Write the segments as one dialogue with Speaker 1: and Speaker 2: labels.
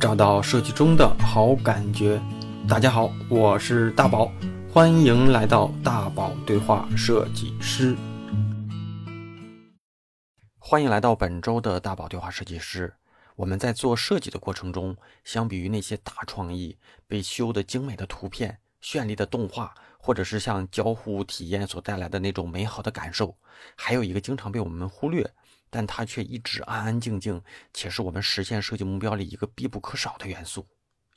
Speaker 1: 找到设计中的好感觉。大家好，我是大宝，欢迎来到大宝对话设计师。欢迎来到本周的大宝对话设计师。我们在做设计的过程中，相比于那些大创意被修得精美的图片、绚丽的动画，或者是像交互体验所带来的那种美好的感受，还有一个经常被我们忽略，但它却一直安安静静，且是我们实现设计目标里一个必不可少的元素，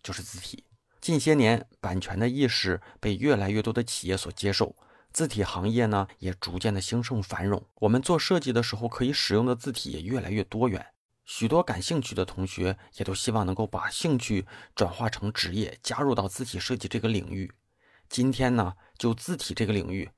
Speaker 1: 就是字体。近些年，版权的意识被越来越多的企业所接受，字体行业呢也逐渐的兴盛繁荣。我们做设计的时候，可以使用的字体也越来越多元。许多感兴趣的同学也都希望能够把兴趣转化成职业，加入到字体设计这个领域。今天呢，就字体这个领域，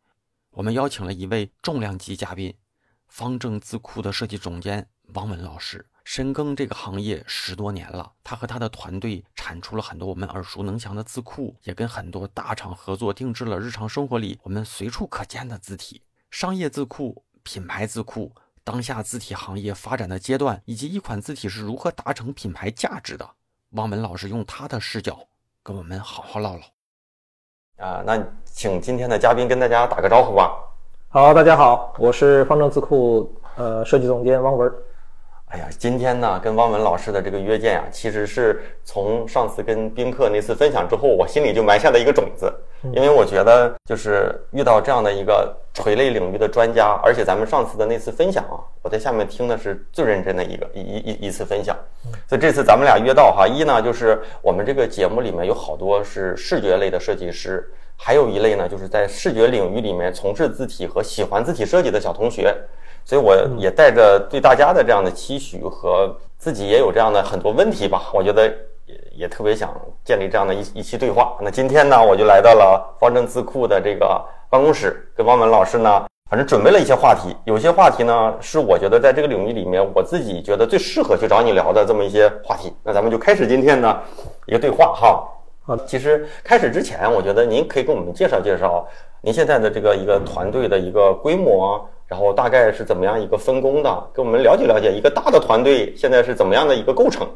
Speaker 1: 我们邀请了一位重量级嘉宾——方正字库的设计总监王文老师。深耕这个行业十多年了，他和他的团队产出了很多我们耳熟能详的字库，也跟很多大厂合作定制了日常生活里我们随处可见的字体、商业字库、品牌字库。当下字体行业发展的阶段，以及一款字体是如何达成品牌价值的，汪文老师用他的视角跟我们好好唠唠。啊，那请今天的嘉宾跟大家打个招呼吧。
Speaker 2: 好，大家好，我是方正字库呃设计总监汪文儿。
Speaker 1: 哎呀，今天呢，跟汪文老师的这个约见啊，其实是从上次跟宾客那次分享之后，我心里就埋下了一个种子，因为我觉得就是遇到这样的一个垂类领域的专家，而且咱们上次的那次分享啊，我在下面听的是最认真的一个一一一次分享，所以这次咱们俩约到哈，一呢就是我们这个节目里面有好多是视觉类的设计师。还有一类呢，就是在视觉领域里面从事字体和喜欢字体设计的小同学，所以我也带着对大家的这样的期许和自己也有这样的很多问题吧，我觉得也也特别想建立这样的一一期对话。那今天呢，我就来到了方正字库的这个办公室，跟汪文老师呢，反正准备了一些话题，有些话题呢是我觉得在这个领域里面我自己觉得最适合去找你聊的这么一些话题。那咱们就开始今天的一个对话哈。其实开始之前，我觉得您可以给我们介绍介绍您现在的这个一个团队的一个规模，然后大概是怎么样一个分工的，跟我们了解了解一个大的团队现在是怎么样的一个构成。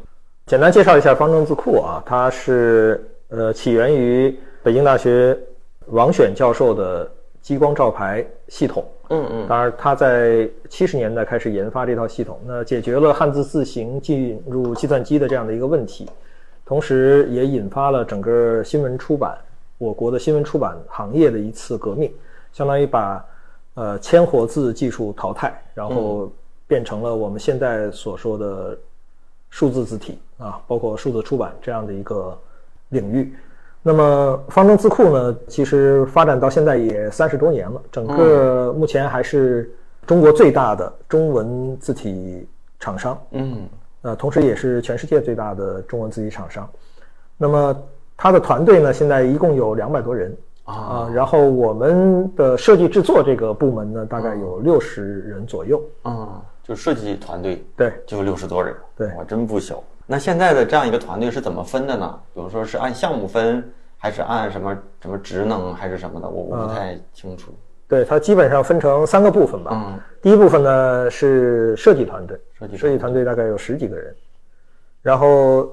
Speaker 2: 简单介绍一下方正字库啊，它是呃起源于北京大学王选教授的激光照排系统。
Speaker 1: 嗯嗯，
Speaker 2: 当然，他在七十年代开始研发这套系统，那解决了汉字字形进入计算机的这样的一个问题。同时，也引发了整个新闻出版，我国的新闻出版行业的一次革命，相当于把呃铅活字技术淘汰，然后变成了我们现在所说的数字字体啊，包括数字出版这样的一个领域。那么方正字库呢，其实发展到现在也三十多年了，整个目前还是中国最大的中文字体厂商。
Speaker 1: 嗯。
Speaker 2: 呃，同时也是全世界最大的中文字体厂商。那么它的团队呢，现在一共有两百多人啊、呃然后我们的设计制作这个部门呢，大概有六十人左右。
Speaker 1: 嗯，就设计团队
Speaker 2: 对，
Speaker 1: 就六十多人，
Speaker 2: 对
Speaker 1: 哇，真不小。那现在的这样一个团队是怎么分的呢？比如说是按项目分，还是按什么什么职能，还是什么的？我我不太清楚。
Speaker 2: 对，它基本上分成三个部分吧。
Speaker 1: 嗯
Speaker 2: 第一部分呢是设计团队，
Speaker 1: 设计团队
Speaker 2: 设计团队大概有十几个人，然后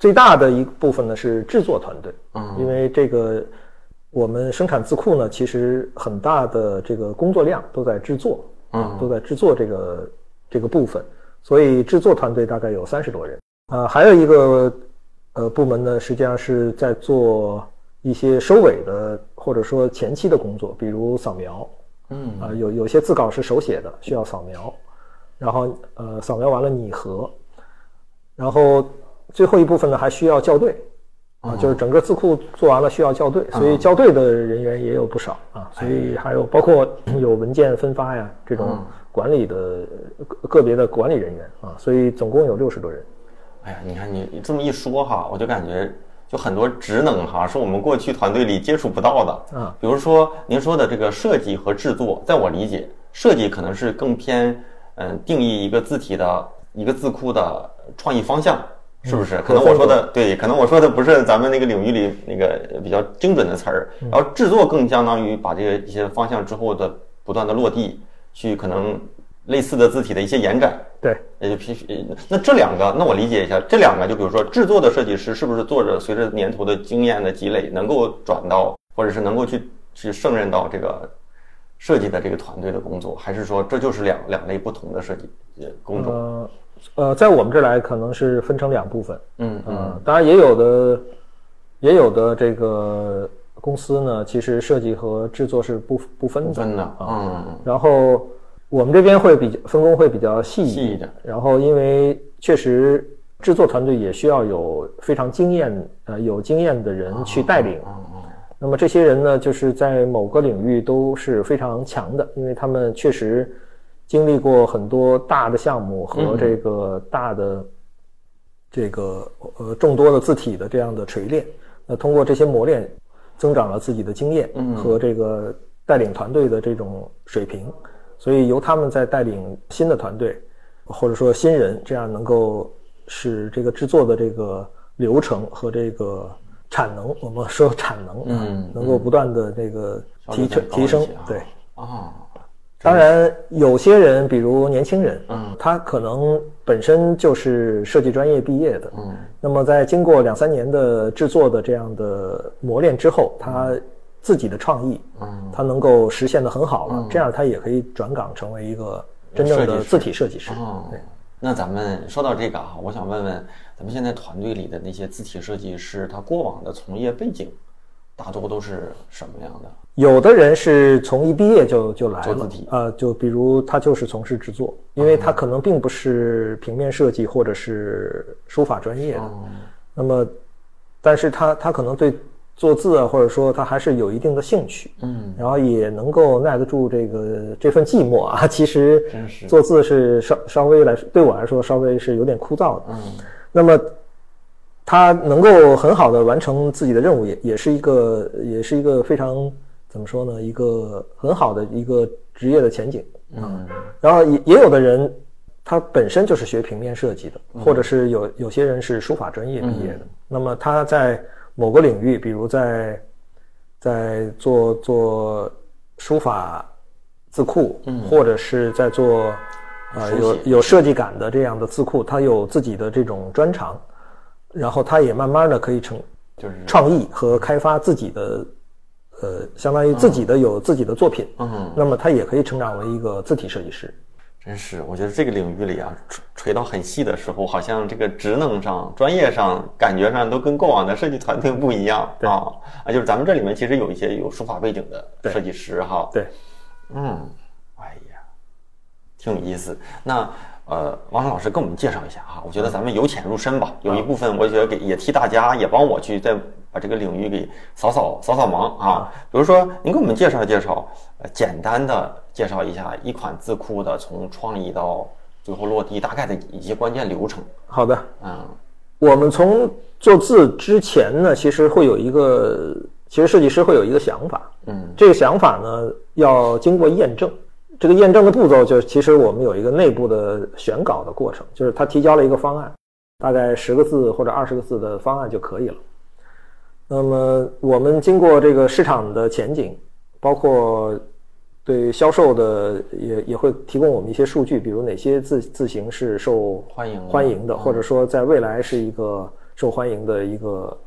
Speaker 2: 最大的一部分呢是制作团队，
Speaker 1: 嗯
Speaker 2: 因为这个我们生产字库呢，其实很大的这个工作量都在制作，
Speaker 1: 嗯
Speaker 2: 都在制作这个这个部分，所以制作团队大概有三十多人。呃，还有一个呃部门呢，实际上是在做一些收尾的或者说前期的工作，比如扫描，
Speaker 1: 嗯
Speaker 2: 啊、有有些字稿是手写的，需要扫描，然后呃，扫描完了拟合，然后最后一部分呢还需要校对，啊、就是整个字库做完了需要校对，所以校对的人员也有不少啊，所以还有包括 有文件分发呀这种管理的个个别的管理人员啊，所以总共有六十多人。
Speaker 1: 哎呀，你看你这么一说哈，我就感觉就很多职能哈是我们过去团队里接触不到的
Speaker 2: 啊。
Speaker 1: 比如说您说的这个设计和制作，在我理解，设计可能是更偏嗯、定义一个字体的一个字库的创意方向，是不是？可能我说的对，可能我说的不是咱们那个领域里那个比较精准的词儿。然后制作更相当于把这个一些方向之后的不断的落地，去可能类似的字体的一些延展，
Speaker 2: 对，
Speaker 3: 也就 P 呃那这两个，那我理解一下，这两个就比如说制作的设计师是不是作者随着年头的经验的积累，能够转到或者是能够去去胜任到这个设计的这个团队的工作，还是说这就是两两类不同的设计呃工种？
Speaker 2: 呃呃，在我们这儿来可能是分成两部分，
Speaker 3: 嗯嗯
Speaker 2: 嗯，当然也有的，也有的这个公司呢，其实设计和制作是不不分的。
Speaker 3: 真的，嗯
Speaker 2: 然后我们这边会比较分工会比较细一
Speaker 3: 细
Speaker 2: 点
Speaker 3: 一点，
Speaker 2: 然后因为确实制作团队也需要有非常经验呃有经验的人去带领。那么这些人呢，就是在某个领域都是非常强的，因为他们确实经历过很多大的项目和这个大的、这个呃众多的字体的这样的锤炼。那通过这些磨练，增长了自己的经验
Speaker 3: 嗯
Speaker 2: 和这个带领团队的这种水平，所以由他们再带领新的团队，或者说新人，这样能够使这个制作的这个流程和这个产能，我们说产能，啊
Speaker 3: 嗯
Speaker 2: 能够不断的这个
Speaker 3: 效率
Speaker 2: 提
Speaker 3: 再
Speaker 2: 升
Speaker 3: 高一
Speaker 2: 提升
Speaker 3: 些啊，
Speaker 2: 对。
Speaker 3: 哦，
Speaker 2: 当然，有些人，比如年轻人，嗯，他可能本身就是设计专业毕业的，嗯，那么在经过两三年的制作的这样的磨练之后，他自己的创意，嗯，他能够实现的很好了，这样他也可以转岗成为一个真正
Speaker 3: 嗯设计
Speaker 2: 的
Speaker 3: 师
Speaker 2: 字体设计师，
Speaker 3: 哦，那咱们说到这个啊，我想问问咱们现在团队里的那些字体设计师，他过往的从业背景大多都是什么样的？
Speaker 2: 有的人是从一毕业就就来
Speaker 3: 做字
Speaker 2: 了
Speaker 3: 体，哦
Speaker 2: 啊、就比如他就是从事制作，因为他可能并不是平面设计或者是书法专业的，
Speaker 3: 哦
Speaker 2: 那么，但是他他可能对做字啊，或者说他还是有一定的兴趣，嗯，然后也能够耐得住这个这份寂寞啊。其实
Speaker 3: 真是
Speaker 2: 做字是稍稍微来说对我来说稍微是有点枯燥的，嗯，那么他能够很好的完成自己的任务，也也是一个也是一个非常怎么说呢，一个很好的一个职业的前景。嗯，然后也也有的人，他本身就是学平面设计的，或者是有有些人是书法专业毕业的。那么他在某个领域，比如在在做做书法字库，嗯，或者是在做呃
Speaker 3: 书
Speaker 2: 有
Speaker 3: 写
Speaker 2: 有设计感的这样的字库，他有自己的这种专长，然后他也慢慢的可以成
Speaker 3: 就是
Speaker 2: 创意和开发自己的，呃，相当于自己的有自己的作品，
Speaker 3: 嗯，
Speaker 2: 那么他也可以成长为一个字体设计师。
Speaker 3: 真是，我觉得这个领域里啊，垂垂到很细的时候，好像这个职能上、专业上、感觉上都跟过往的设计团队不一样啊啊！就是咱们这里面其实有一些有书法背景的
Speaker 2: 对
Speaker 3: 设计师哈，
Speaker 2: 对，
Speaker 3: 嗯，哎呀，挺有意思。那呃，王老师跟我们介绍一下哈，我觉得咱们由浅入深吧。有一部分我觉得给也替大家也帮我去再把这个领域给扫扫扫扫盲啊。比如说，您给我们介绍介绍，呃，简单的介绍一下一款字库的从创意到最后落地大概的一些关键流程。
Speaker 2: 好的，
Speaker 3: 嗯
Speaker 2: 我们从做字之前呢，其实会有一个，其实设计师会有一个想法，
Speaker 3: 嗯
Speaker 2: 这个想法呢要经过验证。这个验证的步骤就是，其实我们有一个内部的选稿的过程，就是他提交了一个方案，大概十个字或者二十个字的方案就可以了。那么我们经过这个市场的前景，包括对销售的也也会提供我们一些数据，比如哪些字字形是受
Speaker 3: 欢迎
Speaker 2: 欢迎的，或者说在未来是一个受欢迎的一个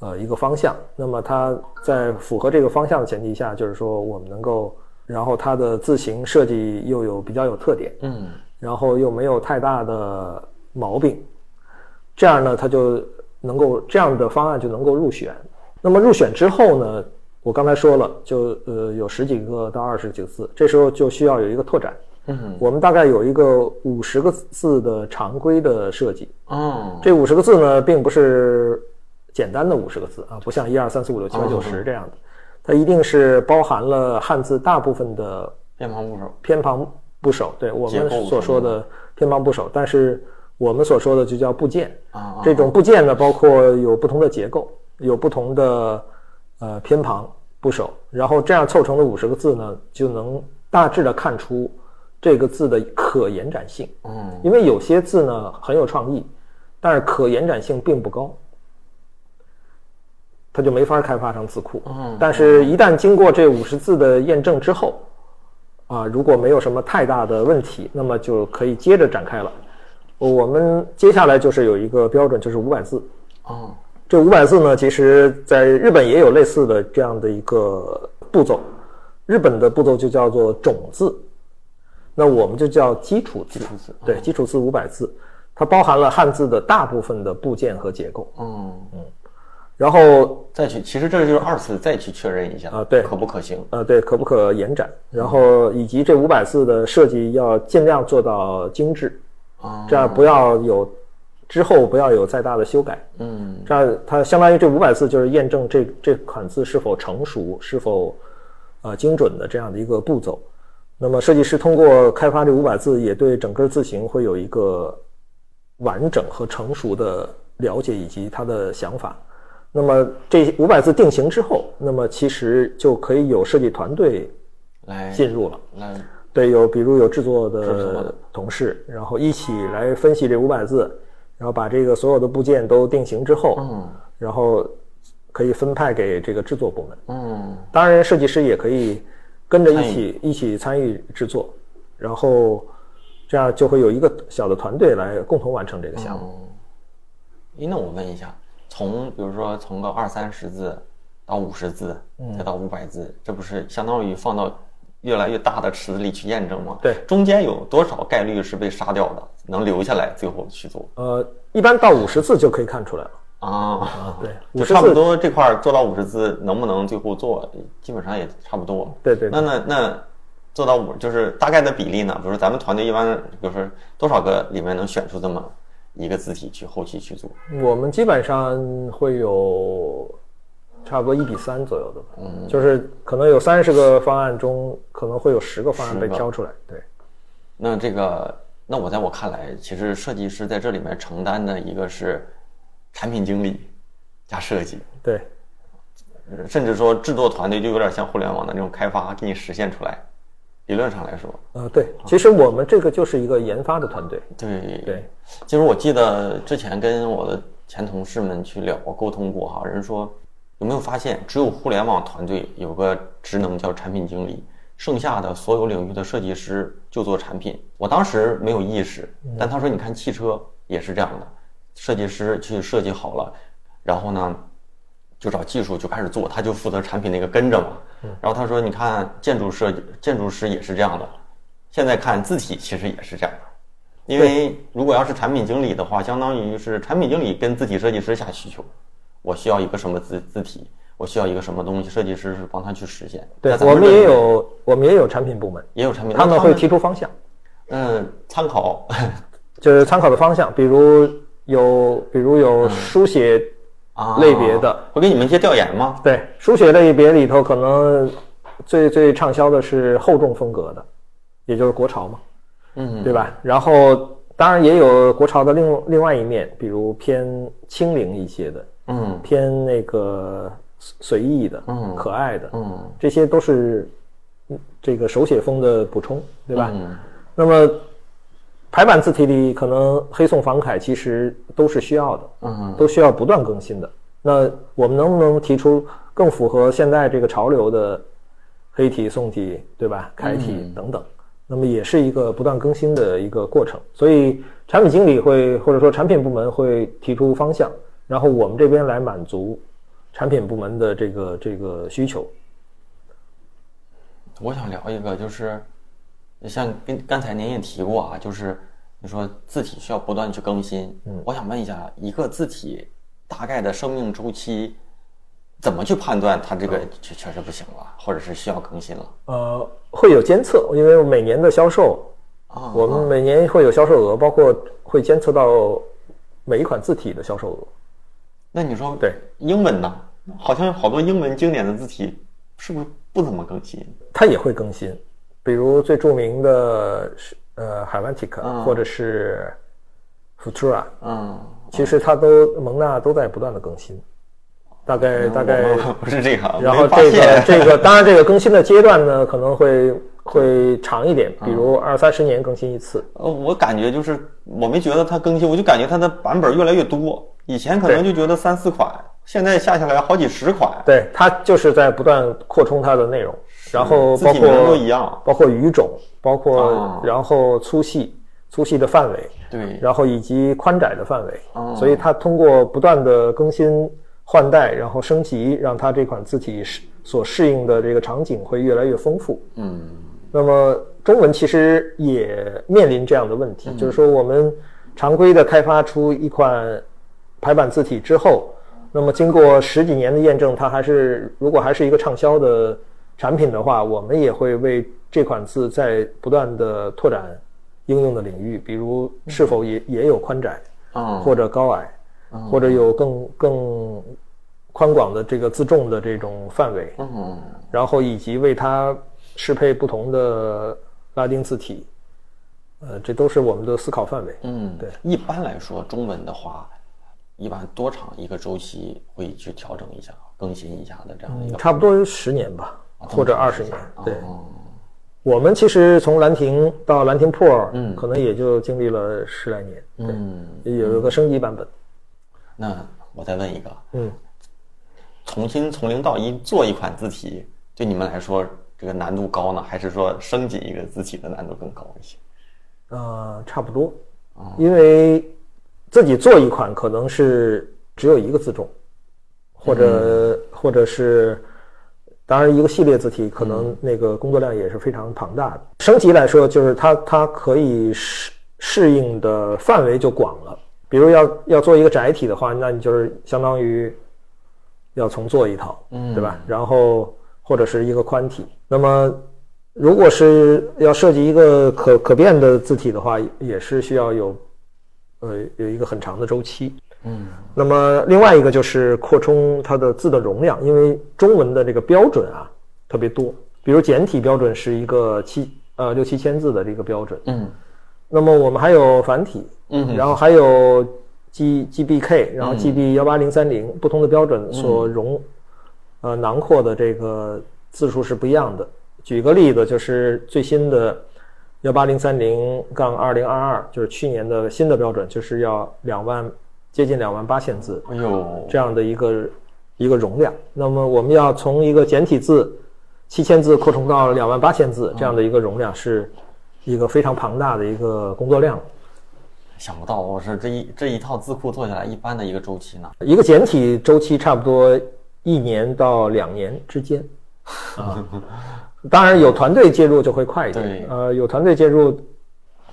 Speaker 2: 呃一个方向。那么它在符合这个方向的前提下，就是说我们能够，然后它的字形设计又有比较有特点，
Speaker 3: 嗯，
Speaker 2: 然后又没有太大的毛病，这样呢，它就能够这样的方案就能够入选。那么入选之后呢，我刚才说了，就呃有十几个到二十几个字，这时候就需要有一个拓展。
Speaker 3: 嗯，
Speaker 2: 我们大概有一个五十个字的常规的设计，
Speaker 3: 哦，
Speaker 2: 这五十个字呢，并不是简单的五十个字啊，不像一二三四五六七八九
Speaker 3: 哦
Speaker 2: 十这样的，它一定是包含了汉字大部分的
Speaker 3: 偏旁部首。
Speaker 2: 偏旁部首，对我
Speaker 3: 结构
Speaker 2: 们所说的偏旁部首，但是我们所说的就叫部件。
Speaker 3: 啊，
Speaker 2: 这种部件呢，包括有不同的结构，有不同的呃偏旁部首，然后这样凑成的五十个字呢，就能大致的看出这个字的可延展性。
Speaker 3: 嗯，
Speaker 2: 因为有些字呢很有创意，但是可延展性并不高，它就没法开发成字库。
Speaker 3: 嗯
Speaker 2: 但是一旦经过这五十字的验证之后，啊、啊，如果没有什么太大的问题，那么就可以接着展开了。呃我们接下来就是有一个标准，就是五百字。
Speaker 1: 哦，
Speaker 2: 这五百字呢，其实在日本也有类似的这样的一个步骤。日本的步骤就叫做种字，那我们就叫基础字。基础
Speaker 1: 字
Speaker 2: 对，基础字五百字，它包含了汉字的大部分的部件和结构。
Speaker 1: 嗯，
Speaker 2: 然后
Speaker 3: 再去，其实这就是二次再去确认一下
Speaker 2: 啊对
Speaker 3: 可不可行？
Speaker 2: 呃，对，可不可延展？然后以及这五百字的设计要尽量做到精致，
Speaker 1: 哦，
Speaker 2: 这样不要有之后不要有再大的修改。
Speaker 1: 嗯，
Speaker 2: 这样它相当于这五百字就是验证这这款字是否成熟、是否呃精准的这样的一个步骤。那么设计师通过开发这五百字，也对整个字形会有一个完整和成熟的了解以及他的想法。那么这五百字定型之后，那么其实就可以有设计团队
Speaker 3: 来
Speaker 2: 进入了。
Speaker 3: 来，
Speaker 2: 对，有比如有制作
Speaker 3: 制作
Speaker 2: 的
Speaker 3: 的
Speaker 2: 同事，然后一起来分析这五百字，然后把这个所有的部件都定型之后，
Speaker 3: 嗯
Speaker 2: 然后可以分派给这个制作部门。
Speaker 3: 嗯，
Speaker 2: 当然，设计师也可以跟着一起一起参与制作，然后这样就会有一个小的团队来共同完成这个项目。
Speaker 3: 诶那我问一下，从比如说从个二三十字到五十字，
Speaker 2: 嗯
Speaker 3: 再到五百字，这不是相当于放到越来越大的池子里去验证吗？
Speaker 2: 对
Speaker 3: 中间有多少概率是被杀掉的，能留下来最后去做
Speaker 2: 呃，一般到五十字就可以看出来了。
Speaker 3: 啊？
Speaker 2: 对，
Speaker 3: 就
Speaker 2: 五十
Speaker 3: 差不
Speaker 2: 字，
Speaker 3: 多这块儿做到五十字，能不能最后做，基本上也差不多。
Speaker 2: 对对
Speaker 3: 那
Speaker 2: 对，
Speaker 3: 那那做到五就是大概的比例呢？比如说咱们团队一般，比如说多少个里面能选出这么一个字体去后期去做？
Speaker 2: 我们基本上会有差不多一比三左右的吧，就是可能有三十个方案中，可能会有十个方案被
Speaker 3: 10个
Speaker 2: 挑出来。对，
Speaker 3: 那这个，那我在我看来，其实设计师在这里面承担的一个是产品经理加设计，
Speaker 2: 对，
Speaker 3: 呃甚至说制作团队就有点像互联网的那种开发，给你实现出来。理论上来说，
Speaker 2: 呃，对，其实我们这个就是一个研发的团队。
Speaker 3: 对
Speaker 2: 对，
Speaker 3: 其实我记得之前跟我的前同事们去聊沟通过哈，人说有没有发现，只有互联网团队有个职能叫产品经理，剩下的所有领域的设计师就做产品。我当时没有意识，但他说你看汽车也是这样的，设计师去设计好了，然后呢就找技术就开始做，他就负责产品那个跟着嘛。
Speaker 2: 嗯
Speaker 3: 然后他说你看建筑设计建筑师也是这样的，现在看字体其实也是这样的。因为如果要是产品经理的话，相当于是产品经理跟字体设计师下需求，我需要一个什么字字体，我需要一个什么东西，设计师是帮他去实现。
Speaker 2: 对
Speaker 3: 那，咱
Speaker 2: 我们
Speaker 3: 这
Speaker 2: 也
Speaker 3: 里面
Speaker 2: 有我们也有产品部门，
Speaker 3: 也有产品，
Speaker 2: 他
Speaker 3: 那
Speaker 2: 们会提出方向，
Speaker 3: 嗯参考
Speaker 2: 就是参考的方向，比如有比如有书写，
Speaker 3: 啊
Speaker 2: 类别的，
Speaker 3: 会给你们一些调研吗？
Speaker 2: 对，书写类别里头可能最最畅销的是厚重风格的，也就是国潮嘛，
Speaker 3: 嗯，
Speaker 2: 对吧？然后当然也有国潮的另另外一面，比如偏轻灵一些的，
Speaker 3: 嗯
Speaker 2: 偏那个随意的，
Speaker 3: 嗯
Speaker 2: 可爱的，
Speaker 3: 嗯
Speaker 2: 这些都是嗯这个手写风的补充，对吧？
Speaker 3: 嗯
Speaker 2: 那么排版字体里，可能黑宋仿楷其实都是需要的，
Speaker 3: 嗯
Speaker 2: 都需要不断更新的。那我们能不能提出更符合现在这个潮流的黑体、宋体，对吧？
Speaker 3: 嗯
Speaker 2: 楷体等等，那么也是一个不断更新的一个过程。所以产品经理会或者说产品部门会提出方向，然后我们这边来满足产品部门的这个这个需求。
Speaker 3: 我想聊一个，就是像跟刚才您也提过啊，就是你说字体需要不断去更新。嗯，我想问一下，一个字体大概的生命周期，怎么去判断它这
Speaker 2: 嗯
Speaker 3: 个确确实不行了，或者是需要更新了？
Speaker 2: 呃，会有监测，因为每年的销售，
Speaker 3: 啊
Speaker 2: 我们每年会有销售额，包括会监测到每一款字体的销售额。
Speaker 3: 那你说
Speaker 2: 对，
Speaker 3: 英文呢？好像好多英文经典的字体是不是不怎么更新？
Speaker 2: 它也会更新，比如最著名的是呃海湾体克
Speaker 3: 嗯
Speaker 2: 或者是 Futura，
Speaker 3: 嗯，
Speaker 2: 其实它都蒙娜都在不断的更新，大概大概
Speaker 3: 啊我们不是这个，
Speaker 2: 然后
Speaker 3: 没发
Speaker 2: 这个
Speaker 3: 现
Speaker 2: 这个，当然这个更新的阶段呢，可能会会长一点，
Speaker 3: 啊
Speaker 2: 比如二三十年更新一次。
Speaker 3: 呃，我感觉就是我没觉得它更新，我就感觉它的版本越来越多。以前可能就觉得三四款，现在下下来好几十款。
Speaker 2: 对，它就是在不断扩充它的内容。然后
Speaker 3: 字
Speaker 2: 哦包
Speaker 3: 体名都
Speaker 2: 括
Speaker 3: 一样。
Speaker 2: 包括语种，包括
Speaker 3: 哦
Speaker 2: 然后粗细、粗细的范围，
Speaker 3: 对，
Speaker 2: 然后以及宽窄的范围。
Speaker 3: 嗯哦
Speaker 2: 所以它通过不断的更新换代，然后升级，让它这款字体适所适应的这个场景会越来越丰富。
Speaker 3: 嗯，
Speaker 2: 那么中文其实也面临这样的问题，就是说我们常规的开发出一款排版字体之后，那么经过十几年的验证，它还是如果还是一个畅销的产品的话，我们也会为这款字在不断的拓展应用的领域，比如是否也也有宽窄
Speaker 3: 啊，
Speaker 2: 或者高矮，或者有更更宽广的这个自重的这种范围。
Speaker 3: 嗯，
Speaker 2: 然后以及为它适配不同的拉丁字体，呃，这都是我们的思考范围。
Speaker 3: 嗯，
Speaker 2: 对。
Speaker 3: 一般来说，中文的话，一般多长一个周期会去调整一下、更新一下的这样的一个？
Speaker 2: 差不多十年吧，
Speaker 3: 啊
Speaker 2: 或者二十年。对，
Speaker 3: 哦
Speaker 2: 我们其实从兰亭到兰亭破儿，可能也就经历了十来年。
Speaker 3: 嗯，
Speaker 2: 对，有一个升级版本。
Speaker 3: 那我再问一个，
Speaker 2: 嗯，
Speaker 3: 重新从零到一做一款字体，对你们来说这个难度高呢，还是说升级一个字体的难度更高一些？
Speaker 2: 呃，差不多，啊因为自己做一款可能是只有一个字重，或者、或者是，当然一个系列字体可能那个工作量也是非常庞大的。升级来说，就是它它可以适适应的范围就广了。比如要要做一个窄体的话，那你就是相当于要重做一套，对吧？然后或者是一个宽体，那么如果是要设计一个可可变的字体的话，也是需要有，呃，有一个很长的周期。嗯，那么另外一个就是扩充它的字的容量，因为中文的这个标准啊特别多，比如简体标准是一个七呃六七千字的这个标准，
Speaker 3: 嗯
Speaker 2: 那么我们还有繁体，嗯，然后还有 G G B K，然后 G B 幺八零三零，不同的标准所容、呃囊括的这个字数是不一样的。举个例子，就是最新的幺八零三零杠二零二二，就是去年的新的标准，就是要两万接近两万八千字
Speaker 3: 哎呦，
Speaker 2: 这样的一个一个容量。那么我们要从一个简体字七千字扩充到两万八千
Speaker 3: 嗯
Speaker 2: 字这样的一个容量，是一个非常庞大的一个工作量。
Speaker 3: 想不到，我是这一这一套字库做下来，一般的一个周期呢？
Speaker 2: 一个简体周期差不多一年到两年之间啊。 当然有团队介入就会快一点
Speaker 3: 对，
Speaker 2: 呃，有团队介入，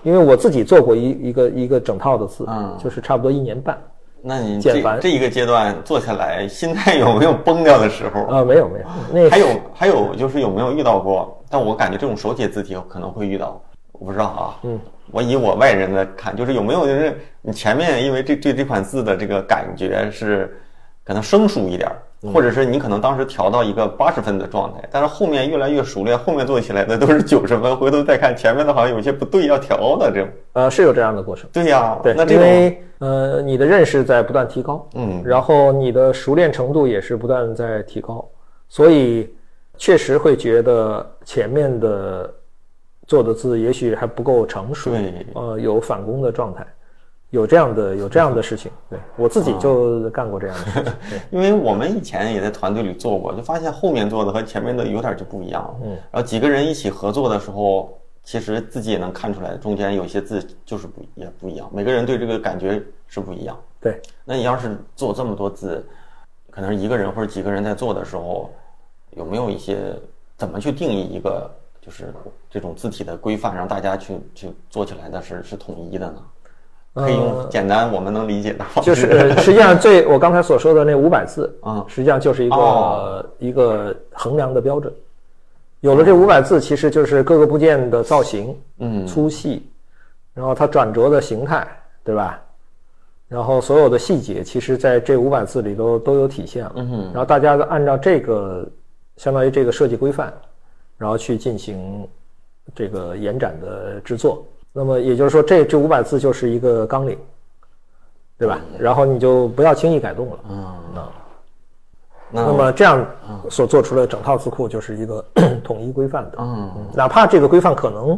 Speaker 2: 因为我自己做过一一个一个整套的字，
Speaker 3: 嗯
Speaker 2: 就是差不多一年半。
Speaker 3: 那你
Speaker 2: 简
Speaker 3: 这
Speaker 2: 繁
Speaker 3: 这一个阶段做下来，心态有没有崩掉的时候？
Speaker 2: 啊，没有没有，那
Speaker 3: 还有还有就是有没有遇到过？但我感觉这种手写字体可能会遇到，我不知道啊。嗯，我以我外人来看，就是有没有就是你前面因为这对这款字的这个感觉是可能生疏一点儿，
Speaker 2: 嗯
Speaker 3: 或者是你可能当时调到一个八十分的状态，但是后面越来越熟练，后面做起来的都是九十分，回头再看前面的好像有些不对要调的这种。
Speaker 2: 呃是有这样的过程。
Speaker 3: 对呀、
Speaker 2: 对，
Speaker 3: 那这
Speaker 2: 因
Speaker 3: 种
Speaker 2: 为呃，你的认识在不断提高，
Speaker 3: 嗯
Speaker 2: 然后你的熟练程度也是不断在提高，所以确实会觉得前面的做的字也许还不够成熟，
Speaker 3: 对
Speaker 2: 呃，有返工的状态，有这样的有这样的事情，对我自
Speaker 3: 啊
Speaker 2: 己就干过这样的事情，对
Speaker 3: 因为我们以前也在团队里做过，就发现后面做的和前面的有点就不一样。嗯，然后几个人一起合作的时候，其实自己也能看出来，中间有些字就是不也不一样，每个人对这个感觉是不一样。
Speaker 2: 对，
Speaker 3: 那你要是做这么多字，可能是一个人或者几个人在做的时候，有没有一些怎么去定义一个就是这种字体的规范，让大家去去做起来的是是统一的呢？可以用简单我们能理解的方式，
Speaker 2: 呃就是呃实际上最我刚才所说的那五百字
Speaker 3: 啊
Speaker 2: 实际上就是一个、
Speaker 3: 哦
Speaker 2: 一个衡量的标准。有了这五百字，其实就是各个部件的造型、
Speaker 3: 嗯
Speaker 2: 粗细，然后它转折的形态，对吧？然后所有的细节，其实在这五百字里都都有体现了。嗯，然后大家按照这个，相当于这个设计规范，然后去进行这个延展的制作。那么也就是说这，这五百字就是一个纲领，对吧？
Speaker 3: 嗯
Speaker 2: 然后你就不要轻易改动了。
Speaker 3: 那
Speaker 2: 那么这样所做出来的整套字库就是一个 统一规范的，
Speaker 3: 嗯
Speaker 2: 哪怕这个规范可能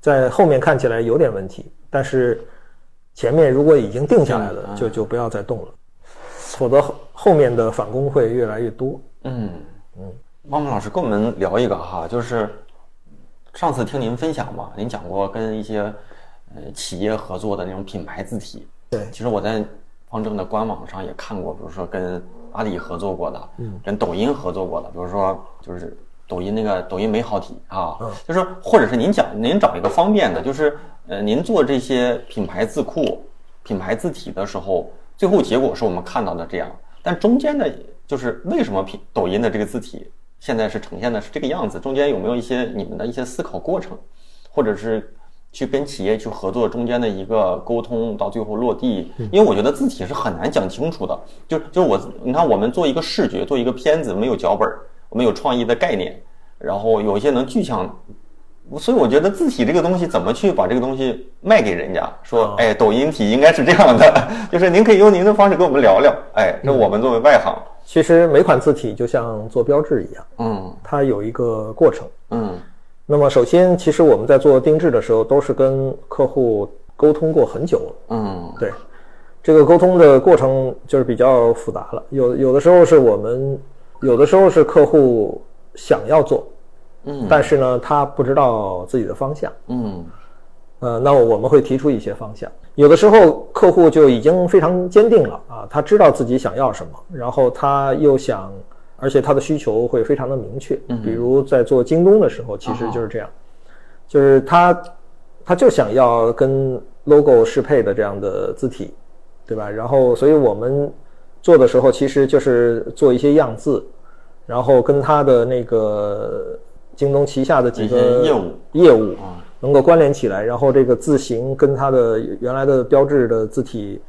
Speaker 2: 在后面看起来有点问题，但是前面如果已经定下来了，就就不要再动了，否则后后面的返工会越来越多。
Speaker 3: 嗯，嗯，汪峰老师跟我们聊一个哈，就是上次听您分享嘛，您讲过跟一些呃企业合作的那种品牌字体。
Speaker 2: 对
Speaker 3: 其实我在方正的官网上也看过，比如说跟阿里合作过的，
Speaker 2: 嗯，
Speaker 3: 跟抖音合作过的，比如说就是抖音那个抖音美好体啊，
Speaker 2: 嗯
Speaker 3: 就是或者是您讲您找一个方便的，就是呃您做这些品牌字库、品牌字体的时候，最后结果是我们看到的这样，但中间的就是为什么品抖音的这个字体现在是呈现的是这个样子，中间有没有一些你们的一些思考过程？或者是去跟企业去合作中间的一个沟通，到最后落地。因为我觉得字体是很难讲清楚的，就就是我，你看我们做一个视觉，做一个片子，没有脚本儿，我们有创意的概念，然后有一些能具象。所以我觉得字体这个东西怎么去把这个东西卖给人家？说
Speaker 2: 哦，
Speaker 3: 哎，抖音体应该是这样的， 就是您可以用您的方式跟我们聊聊。哎，这我们作为外行，
Speaker 2: 其实每款字体就像做标志一样，
Speaker 3: 嗯
Speaker 2: 它有一个过程。
Speaker 3: 嗯
Speaker 2: 那么首先，其实我们在做定制的时候，都是跟客户沟通过很久了。
Speaker 3: 嗯
Speaker 2: 对，这个沟通的过程就是比较复杂了。有有的时候是我们，有的时候是客户想要做，
Speaker 3: 嗯
Speaker 2: 但是呢，他不知道自己的方向。
Speaker 3: 嗯
Speaker 2: 呃，那我们会提出一些方向。有的时候客户就已经非常坚定了啊，他知道自己想要什么，然后他又想，而且他的需求会非常的明确。比如在做京东的时候，其实就是这样，就是他他就想要跟 logo 适配的这样的字体，对吧？然后，所以我们做的时候，其实就是做一些样字，然后跟他的那个京东旗下的几
Speaker 3: 一
Speaker 2: 个
Speaker 3: 些业务啊
Speaker 2: 业务能够关联起来，然后这个字形跟它的原来的标志的字体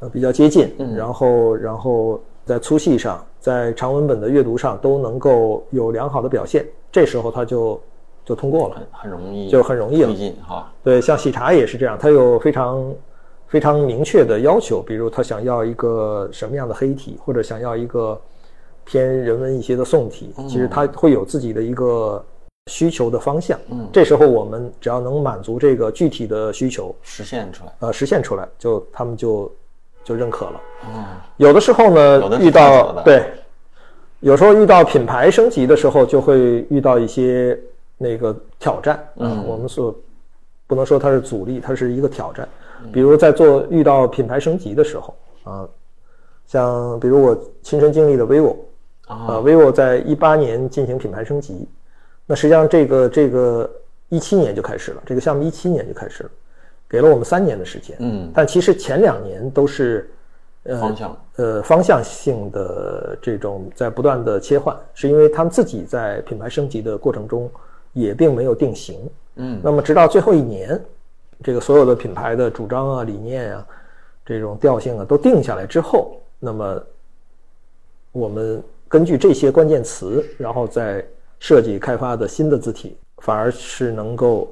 Speaker 2: 呃比较接近，
Speaker 3: 嗯
Speaker 2: 然后然后在粗细上，在长文本的阅读上都能够有良好的表现，这时候它就就通过了。
Speaker 3: 很很容易
Speaker 2: 就很容易了
Speaker 3: 推进哈。
Speaker 2: 对，像喜茶也是这样，它有非常非常明确的要求，比如它想要一个什么样的黑体，或者想要一个偏人文一些的宋体，其实它会有自己的一个需求的方向。嗯，这时候我们只要能满足这个具体的需求，
Speaker 3: 实现出来。
Speaker 2: 呃，实现出来，就他们就就认可了。
Speaker 3: 嗯
Speaker 2: 有的时候
Speaker 3: 有
Speaker 2: 呢，
Speaker 3: 的是
Speaker 2: 遇
Speaker 3: 探索
Speaker 2: 到
Speaker 3: 的
Speaker 2: 对，有时候遇到品牌升级的时候，就会遇到一些那个挑战。嗯，我们所不能说它是阻力，它是一个挑战。
Speaker 3: 嗯
Speaker 2: 比如在做遇到品牌升级的时候啊，像比如我亲身经历的 vivo 啊，vivo 在一八年进行品牌升级，那实际上这个这个一七年就开始了，这个项目一七年就开始了，给了我们三年的时间。
Speaker 3: 嗯，哦
Speaker 2: 但其实前两年都是，呃，
Speaker 3: 方向
Speaker 2: 呃方向性的这种在不断的切换，是因为他们自己在品牌升级的过程中也并没有定型。
Speaker 3: 嗯，
Speaker 2: 那么直到最后一年，这个所有的品牌的主张啊、理念啊、这种调性啊都定下来之后，那么我们根据这些关键词，然后再设计开发的新的字体，反而是能够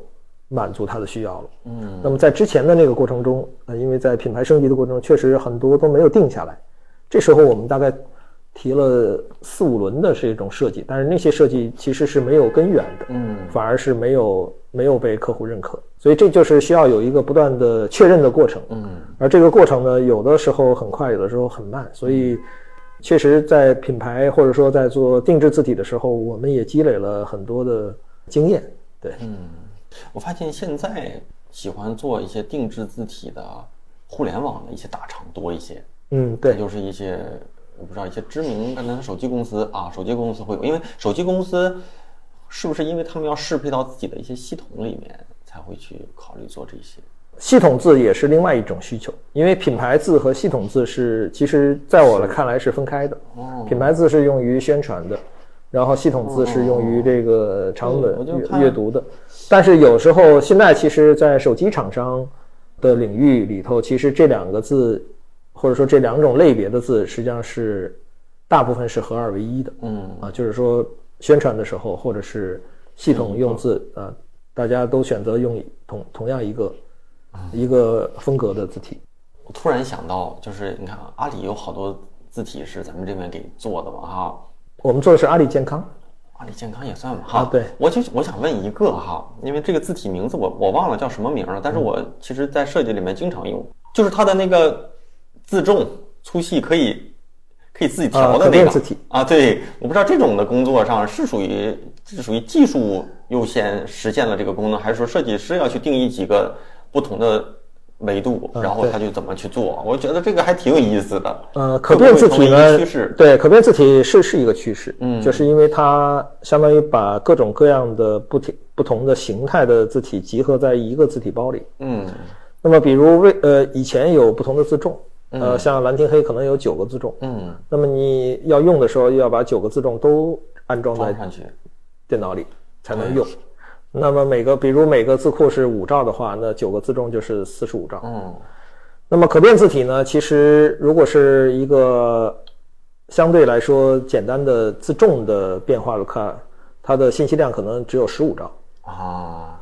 Speaker 2: 满足它的需要了。
Speaker 3: 嗯，
Speaker 2: 那么在之前的那个过程中，呃，因为在品牌升级的过程中，确实很多都没有定下来。这时候我们大概提了四五轮的这种设计，但是那些设计其实是没有根源的，
Speaker 3: 嗯，
Speaker 2: 反而是没有没有被客户认可，所以这就是需要有一个不断的确认的过程，嗯，而这个过程呢，有的时候很快，有的时候很慢，所以确实在品牌或者说在做定制字体的时候，我们也积累了很多的经验，对，
Speaker 3: 我发现现在喜欢做一些定制字体的互联网的一些大厂多一些，
Speaker 2: 嗯，对
Speaker 3: 也，就是一些我不知道一些知名可能手机公司啊，手机公司会有，因为手机公司是不是因为他们要适配到自己的一些系统里面，才会去考虑做这些？
Speaker 2: 系统字也是另外一种需求，因为品牌字和系统字是，其实在我的看来是分开的。品牌字是用于宣传的，然后系统字是用于这个长
Speaker 3: 嗯我
Speaker 2: 文
Speaker 3: 就
Speaker 2: 阅
Speaker 3: 看
Speaker 2: 阅读的。但是有时候现在其实，在手机厂商的领域里头，其实这两个字或者说这两种类别的字，实际上是大部分是合二为一的。
Speaker 3: 嗯
Speaker 2: 啊，就是说宣传的时候，或者是系统用字啊，大家都选择用同同样一个
Speaker 3: 啊
Speaker 2: 一个风格的字体。
Speaker 3: 我突然想到，就是你看啊阿里有好多字体是咱们这边给做的嘛哈，
Speaker 2: 我们做的是阿里健康，
Speaker 3: 阿里啊健康也算吧哈、
Speaker 2: 啊对
Speaker 3: 我就我想问一个哈，因为这个字体名字我我忘了叫什么名了，但
Speaker 2: 嗯
Speaker 3: 是我其实在设计里面经常用，就是它的那个字重粗细可以
Speaker 2: 呃可
Speaker 3: 那
Speaker 2: 变
Speaker 3: 个
Speaker 2: 字体
Speaker 3: 啊，对，我不知道这种的工作上是属于是属于技术优先实现了这个功能，还是说设计师要去定义几个不同的维度，
Speaker 2: 嗯
Speaker 3: 然后
Speaker 2: 对
Speaker 3: 他就怎么去做？我觉得这个还挺有意思的。
Speaker 2: 呃，
Speaker 3: 会
Speaker 2: 可
Speaker 3: 不
Speaker 2: 变
Speaker 3: 会
Speaker 2: 字
Speaker 3: 成
Speaker 2: 体
Speaker 3: 为一个
Speaker 2: 呢
Speaker 3: 趋势？
Speaker 2: 对，可变字体是是一个趋势，
Speaker 3: 嗯
Speaker 2: 就是因为它相当于把各种各样的不停不同的形态的字体集合在一个字体包里。
Speaker 3: 嗯
Speaker 2: 那么，比如为呃以前有不同的字重，呃，像蓝天黑可能有九个字重，
Speaker 3: 嗯，
Speaker 2: 那么你要用的时候，又要把九个字重都安装在
Speaker 3: 装上去，
Speaker 2: 电脑里才能用。那么每个，比如每个字库是五兆的话，那九个字重就是四十五兆。
Speaker 3: 嗯
Speaker 2: 那么可变字体呢，其实如果是一个相对来说简单的自重的变化的看，它的信息量可能只有十五兆，
Speaker 3: 啊，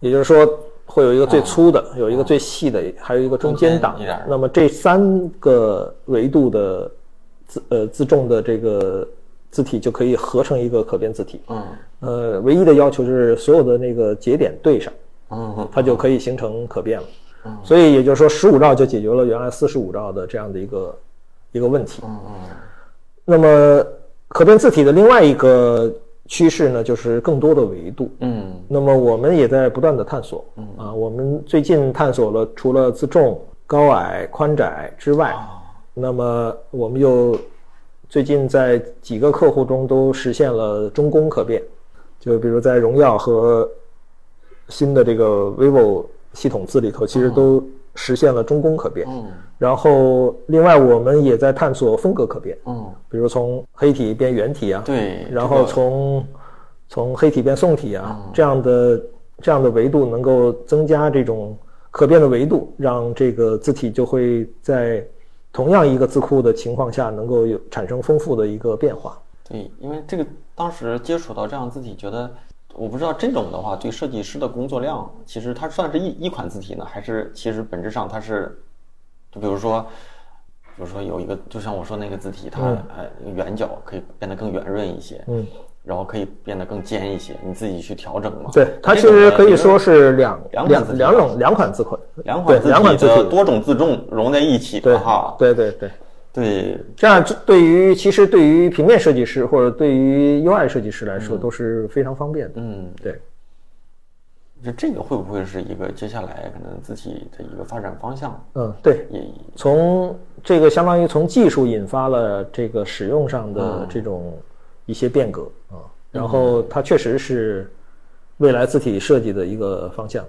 Speaker 2: 也就是说会有一个最粗的，有一个最细的，还有一个中间档
Speaker 3: 哦中间一点儿
Speaker 2: 的。那么这三个维度的自呃自重的这个字体就可以合成一个可变字体。
Speaker 3: 嗯
Speaker 2: 呃，唯一的要求就是所有的那个节点对上，
Speaker 3: 嗯
Speaker 2: 它就可以形成可变了。所以也就是说，十五兆就解决了原来四十五兆的这样的一个一个问题。那么可变字体的另外一个趋势呢，就是更多的维度。
Speaker 3: 嗯
Speaker 2: 那么我们也在不断的探索。啊，我们最近探索了除了自重、高矮、宽窄之外，
Speaker 3: 啊
Speaker 2: 那么我们又最近在几个客户中都实现了中宫可变，就比如在荣耀和新的这个 vivo 系统字里头，其实都实现了中宫可变。
Speaker 3: 嗯
Speaker 2: 然后，另外我们也在探索风格可变，
Speaker 3: 嗯，
Speaker 2: 比如从黑体变圆体啊，
Speaker 3: 对，
Speaker 2: 然后
Speaker 3: 这个
Speaker 2: 从从黑体变宋体啊，
Speaker 3: 嗯
Speaker 2: 这样的这样的维度能够增加这种可变的维度，让这个字体就会在同样一个字库的情况下，能够有产生丰富的一个变化。
Speaker 3: 对，因为这个当时接触到这样字体，觉得我不知道这种的话，对设计师的工作量，其实它算是一一款字体呢，还是其实本质上它是，就比如说，比如说有一个，就像我说那个字体，它呃圆角可以变得更圆润一些，
Speaker 2: 嗯，
Speaker 3: 然后可以变得更尖一些，你自己去调整嘛。
Speaker 2: 对，它
Speaker 3: 这
Speaker 2: 其
Speaker 3: 种
Speaker 2: 实
Speaker 3: 呢
Speaker 2: 可以
Speaker 3: 也是
Speaker 2: 说是两
Speaker 3: 两款字
Speaker 2: 两
Speaker 3: 体
Speaker 2: 两种两款字款，
Speaker 3: 两款
Speaker 2: 对两款
Speaker 3: 字
Speaker 2: 字
Speaker 3: 体的
Speaker 2: 体
Speaker 3: 多种字重融在一起
Speaker 2: 对
Speaker 3: 了哈。
Speaker 2: 对对对，
Speaker 3: 对，
Speaker 2: 这样对于其实对于平面设计师或者对于 UI 设计师来说都是非常方便的。
Speaker 3: 嗯，
Speaker 2: 对，
Speaker 3: 就这个会不会是一个接下来可能字体的一个发展方向？
Speaker 2: 嗯，对，
Speaker 3: 也
Speaker 2: 从这个相当于从技术引发了这个使用上的这种一些变革啊，然后它确实是未来字体设计的一个方向，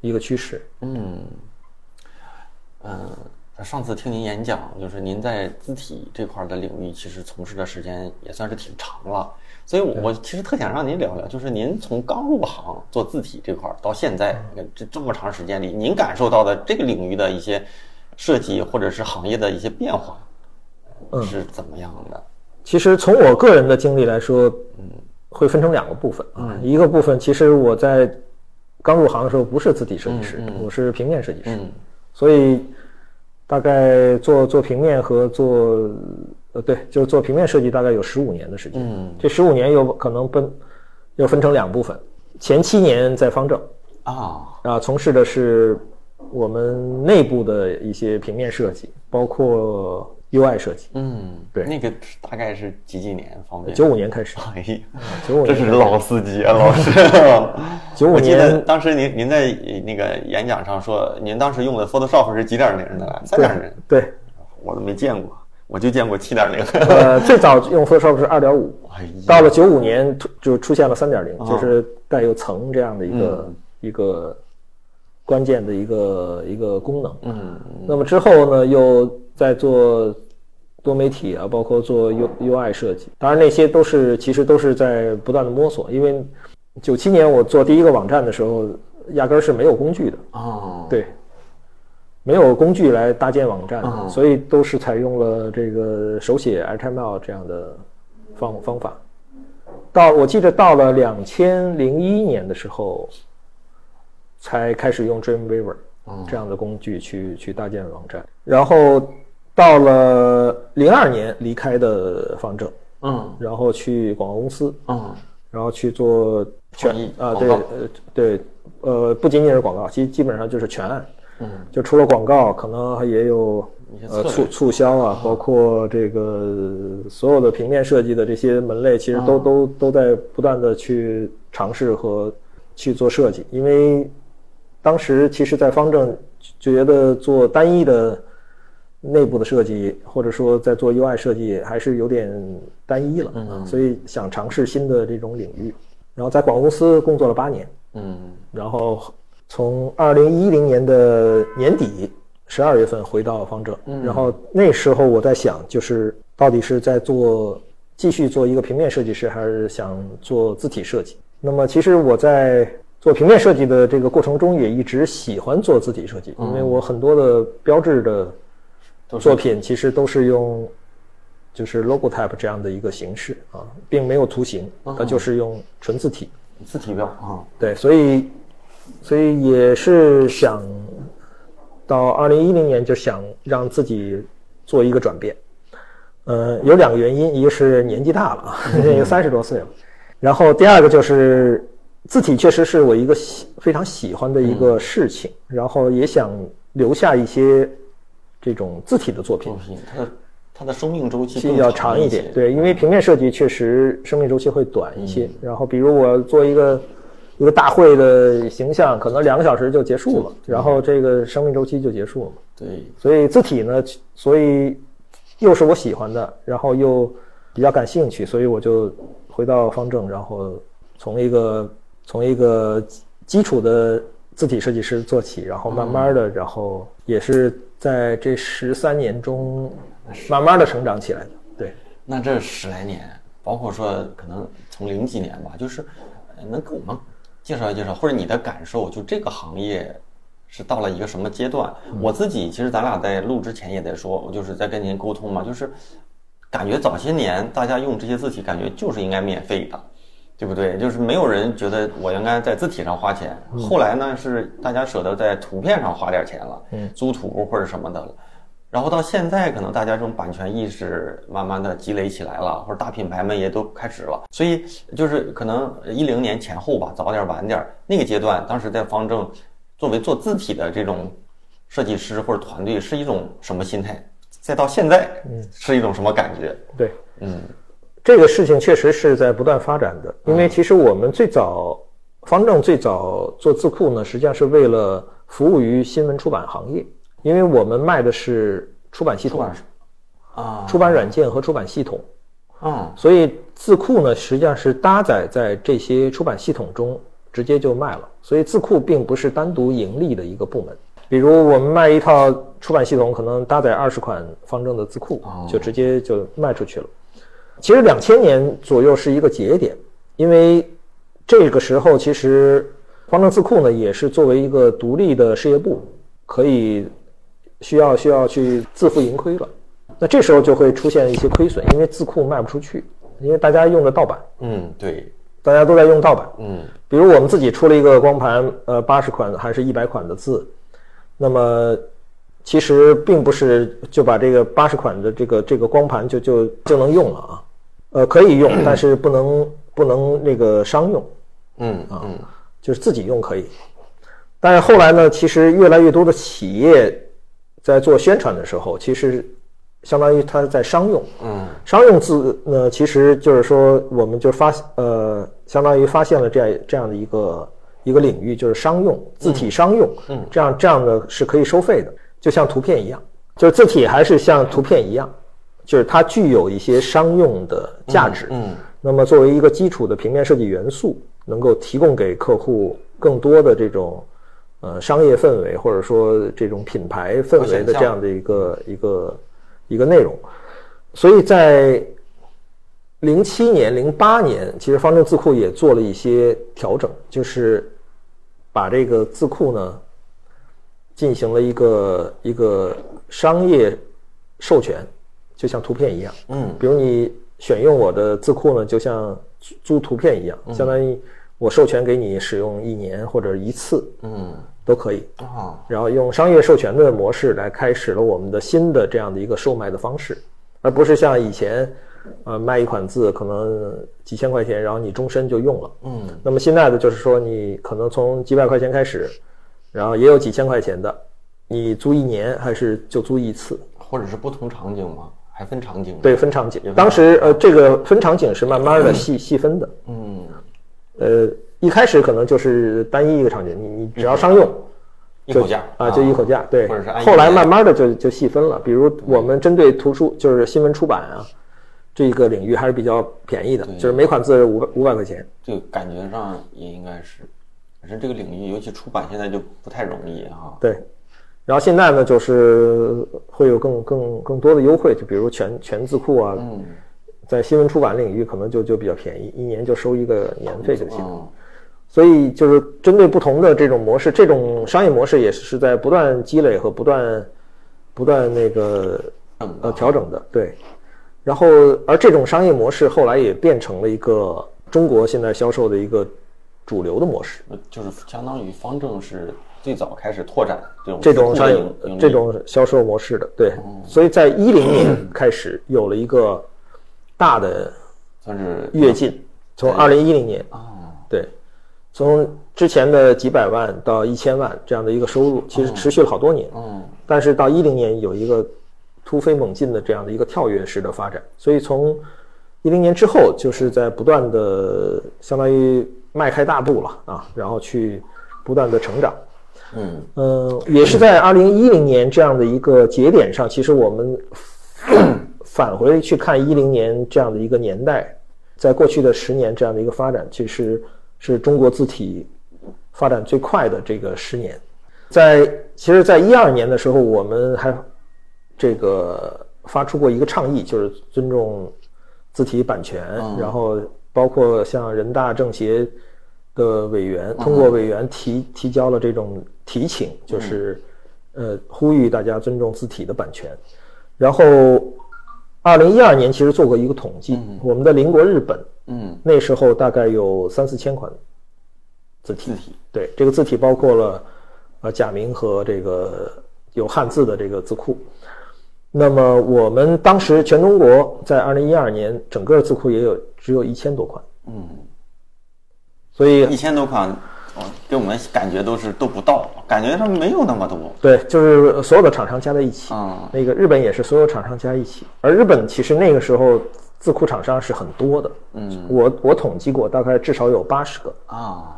Speaker 2: 一个趋势。
Speaker 3: 嗯，嗯，上次听您演讲，就是您在字体这块儿的领域，其实从事的时间也算是挺长了。所以我，我其实特想让您聊聊，就是您从刚入行做字体这块儿到现在
Speaker 2: 嗯
Speaker 3: 这这么长时间里，您感受到的这个领域的一些设计或者是行业的一些变化
Speaker 2: 嗯
Speaker 3: 是怎么样的？
Speaker 2: 其实从我个人的经历来说，嗯，会分成两个部分
Speaker 3: 嗯
Speaker 2: 啊，一个部分其实我在刚入行的时候不是字体设计师，我是平面设计师，
Speaker 3: 嗯
Speaker 2: 所以大概做做平面和做呃对，就是做平面设计大概有十五年的时间。
Speaker 3: 嗯
Speaker 2: 这十五年有可能分又分成两部分，前七年在方正
Speaker 3: 啊，
Speaker 2: 啊，从事的是我们内部的一些平面设计，包括 UI 设计。
Speaker 3: 嗯，
Speaker 2: 对
Speaker 3: 那个大概是几几年方便？
Speaker 2: 九五年开始，
Speaker 3: 哎呀，
Speaker 2: 95
Speaker 3: 这是老司机啊，老 师。
Speaker 2: 95
Speaker 3: 我记
Speaker 2: 年
Speaker 3: 得当时您您在呃那个演讲上说，您当时用的 Photoshop 是几点零的？三点零，
Speaker 2: 对，
Speaker 3: 我都没见过，我就见过七点零。
Speaker 2: 呃，最早用 Photoshop 是二点五，
Speaker 3: 哎呀
Speaker 2: 到了九五年突就出现了三点零，
Speaker 3: 哦
Speaker 2: 就是带有层这样的一
Speaker 3: 嗯
Speaker 2: 个、一个关键的一个一个功能。
Speaker 3: 嗯
Speaker 2: 那么之后呢，又在做多媒体啊，包括做 U UI 设计，当然那些都是其实都是在不断的摸索。因为九七年我做第一个网站的时候，压根儿是没有工具的，
Speaker 3: 哦，
Speaker 2: 对，没有工具来搭建网站，
Speaker 3: 嗯
Speaker 2: 所以都是采用了这个手写 HTML 这样的方方法。到我记得到了两千零一年的时候，才开始用 Dreamweaver
Speaker 3: 哦
Speaker 2: 这样的工具去去搭建网站，然后到了零二年离开的方正，
Speaker 3: 嗯
Speaker 2: 然后去广告公司，
Speaker 3: 嗯
Speaker 2: 然后去做
Speaker 3: 创意
Speaker 2: 啊，
Speaker 3: 广
Speaker 2: 对
Speaker 3: 告
Speaker 2: 呃对，呃，不仅仅是广告，其实基本上就是全案。嗯，就除了广告，可能也有
Speaker 3: 一些策
Speaker 2: 呃促
Speaker 3: 略嗯
Speaker 2: 促销啊，包括这个所有的平面设计的这些门类，其实
Speaker 3: 嗯
Speaker 2: 都都都在不断的去尝试和去做设计，因为当时其实，在方正就觉得做单一的内部的设计，或者说在做 UI 设计，还是有点单一了，嗯、所以想尝试新的这种领域。然后在广告公司工作了八年，
Speaker 3: 嗯，
Speaker 2: 然后从二零一零年的年底十二月份回到方正，然后那时候我在想，就是到底是在做继续做一个平面设计师，还是想做字体设计？那么其实我在做平面设计的这个过程中，也一直喜欢做字体设计，因为我很多的标志的
Speaker 3: 都是
Speaker 2: 作品其实都是用就是 logotype 这样的一个形式啊，并没有图形，它就是用纯字体。
Speaker 3: 字体标啊，
Speaker 2: 对，所以所以也是想到二零一零年就想让自己做一个转变。呃，有两个原因，一个是年纪大了啊，那个三十多岁了，然后第二个就是字体确实是我一个喜非常喜欢的一个事情，然后也想留下一些这种字体的作品
Speaker 3: 作，品它的它的生命周期
Speaker 2: 期
Speaker 3: 更
Speaker 2: 要长一点
Speaker 3: 些，
Speaker 2: 对，因为平面设计确实生命周期会短一些。然后，比如我做一个一个大会的形象，可能两个小时就结束了，然后这个生命周期就结束了。
Speaker 3: 对，
Speaker 2: 所以字体呢，所以又是我喜欢的，然后又比较感兴趣，所以我就回到方正，然后从一个从一个基础的字体设计师做起，然后慢慢的，然后也是在这十三年中慢慢的成长起来的。对，
Speaker 3: 那这十来年，包括说可能从零几年吧，就是呃能给我们介绍一介绍，或者你的感受，就这个行业是到了一个什么阶段？
Speaker 2: 嗯
Speaker 3: 我自己其实咱俩在录之前也在说，我就是在跟您沟通嘛，就是感觉早些年大家用这些字体，感觉就是应该免费的。对不对？就是没有人觉得我应该在字体上花钱。
Speaker 2: 嗯
Speaker 3: 后来呢，是大家舍得在图片上花点钱了，
Speaker 2: 嗯
Speaker 3: 租图或者什么的了。然后到现在，可能大家这种版权意识慢慢的积累起来了，或者大品牌们也都开始了。所以就是可能一零年前后吧，早点晚点儿那个阶段，当时在方正作为做字体的这种设计师或者团队是一种什么心态？再到现在，
Speaker 2: 嗯
Speaker 3: 是一种什么感觉？
Speaker 2: 对，
Speaker 3: 嗯，
Speaker 2: 这个事情确实是在不断发展的，因
Speaker 3: 嗯
Speaker 2: 为其实我们最早方正最早做字库呢，实际上是为了服务于新闻出版行业，因为我们卖的是出版系
Speaker 3: 出
Speaker 2: 统、
Speaker 3: 版社啊，
Speaker 2: 出版软件和出版系统，
Speaker 3: 嗯，
Speaker 2: 所以字库呢实际上是搭载在这些出版系统中直接就卖了，所以字库并不是单独盈利的一个部门。比如我们卖一套出版系统，可能搭载二十款方正的字库，
Speaker 3: 哦
Speaker 2: 就直接就卖出去了。其实两千年左右是一个节点，因为这个时候其实方正字库呢也是作为一个独立的事业部，可以需要需要去自负盈亏了。那这时候就会出现一些亏损，因为字库卖不出去，因为大家用的盗版，
Speaker 3: 嗯，对，
Speaker 2: 大家都在用盗版。
Speaker 3: 嗯，
Speaker 2: 比如我们自己出了一个光盘，呃，八十款还是一百款的字，那么其实并不是就把这个八十款的这个这个光盘就就就能用了啊，呃，可以用，但是不能不能那个商用，
Speaker 3: 嗯
Speaker 2: 啊
Speaker 3: 嗯，
Speaker 2: 就是自己用可以。但是后来呢，其实越来越多的企业在做宣传的时候，其实相当于它在商用，
Speaker 3: 嗯，
Speaker 2: 商用字呢，其实就是说，我们就发呃，相当于发现了这样这样的一个一个领域，就是商用字体商用，嗯，这样这样的是可以收费的，就像图片一样，就是字体还是像图片一样，就是它具有一些商用的价值，
Speaker 3: 嗯，
Speaker 2: 那么作为一个基础的平面设计元素，能够提供给客户更多的这种呃商业氛围，或者说这种品牌氛围的这样的一个一个一个内容。所以在零七年、零八年，其实方正字库也做了一些调整，就是把这个字库呢进行了一个一个商业授权，就像图片一样。
Speaker 3: 嗯，
Speaker 2: 比如你选用我的字库呢，就像租租图片一样，
Speaker 3: 嗯
Speaker 2: 相当于我授权给你使用一年或者一次
Speaker 3: 嗯
Speaker 2: 都可以。
Speaker 3: 啊，
Speaker 2: 然后用商业授权的模式来开始了我们的新的这样的一个售卖的方式，而不是像以前，呃，卖一款字可能几千块钱，然后你终身就用了。
Speaker 3: 嗯，
Speaker 2: 那么现在的就是说，你可能从几百块钱开始，然后也有几千块钱的，你租一年还是就租一次？
Speaker 3: 或者是不同场景吗？还分场景吗？
Speaker 2: 对，分场景
Speaker 3: 分。
Speaker 2: 当时呃，这个分场景是慢慢的细、细分的。
Speaker 3: 嗯，
Speaker 2: 呃，一开始可能就是单一一个场景，你你只要商用，
Speaker 3: 嗯一口价
Speaker 2: 啊，就一口价，对
Speaker 3: 或者是按。
Speaker 2: 后来
Speaker 3: 页
Speaker 2: 慢慢的就就细分了，比如我们针对图书，就是新闻出版啊这个领域还是比较便宜的，就是每款字五五百块钱。
Speaker 3: 这个感觉上也应该是，反正这个领域，尤其出版现在就不太容易哈、
Speaker 2: 对，然后现在呢，就是会有更更更多的优惠，就比如全全字库啊，
Speaker 3: 嗯
Speaker 2: 在新闻出版领域可能就就比较便宜，一年就收一个年费就行。
Speaker 3: 嗯，
Speaker 2: 所以就是针对不同的这种模式，这种商业模式也是在不断积累和不断不断那个
Speaker 3: 嗯
Speaker 2: 呃调整的，对。然后，而这种商业模式后来也变成了一个中国现在销售的一个主流的模式。
Speaker 3: 呃就是相当于方正是最早开始拓展这种
Speaker 2: 这种
Speaker 3: 商
Speaker 2: 商
Speaker 3: 业
Speaker 2: 业这种销售模式的，对，所以在一零年开始有了一个大的
Speaker 3: 算是
Speaker 2: 跃进，从二零一零年，
Speaker 3: 啊，
Speaker 2: 对，从之前的几百万到一千万这样的一个收入，其实持续了好多年，
Speaker 3: 嗯
Speaker 2: 但是到一零年有一个突飞猛进的这样的一个跳跃式的发展，所以从一零年之后就是在不断的相当于迈开大步了啊，然后去不断的成长。
Speaker 3: 嗯
Speaker 2: 嗯，也是在二零一零年这样的一个节点上，其实我们 返回去看一零年这样的一个年代，在过去的十年这样的一个发展，其实是中国字体发展最快的这个十年。在其实，在一二年的时候，我们还这个发出过一个倡议，就是尊重字体版权，然后包括像人大政协的委员通过委员提提交了这种提请，就是呃呼吁大家尊重字体的版权。然后，二零一二年其实做过一个统计，我们的邻国日本
Speaker 3: 嗯，
Speaker 2: 那时候大概有三四千款字体
Speaker 3: 字，体
Speaker 2: 对，这个字体包括了呃假名和这个有汉字的这个字库。那么我们当时全中国在二零一二年整个字库也有只有一千多款，
Speaker 3: 嗯，
Speaker 2: 所以
Speaker 3: 一千多款，哦给我们感觉都是都不到，感觉上没有那么多，
Speaker 2: 对，就是所有的厂商加在一起。
Speaker 3: 嗯
Speaker 2: 那个日本也是所有厂商加一起，而日本其实那个时候字库厂商是很多的，
Speaker 3: 嗯
Speaker 2: 我我统计过，大概至少有八十个，
Speaker 3: 啊。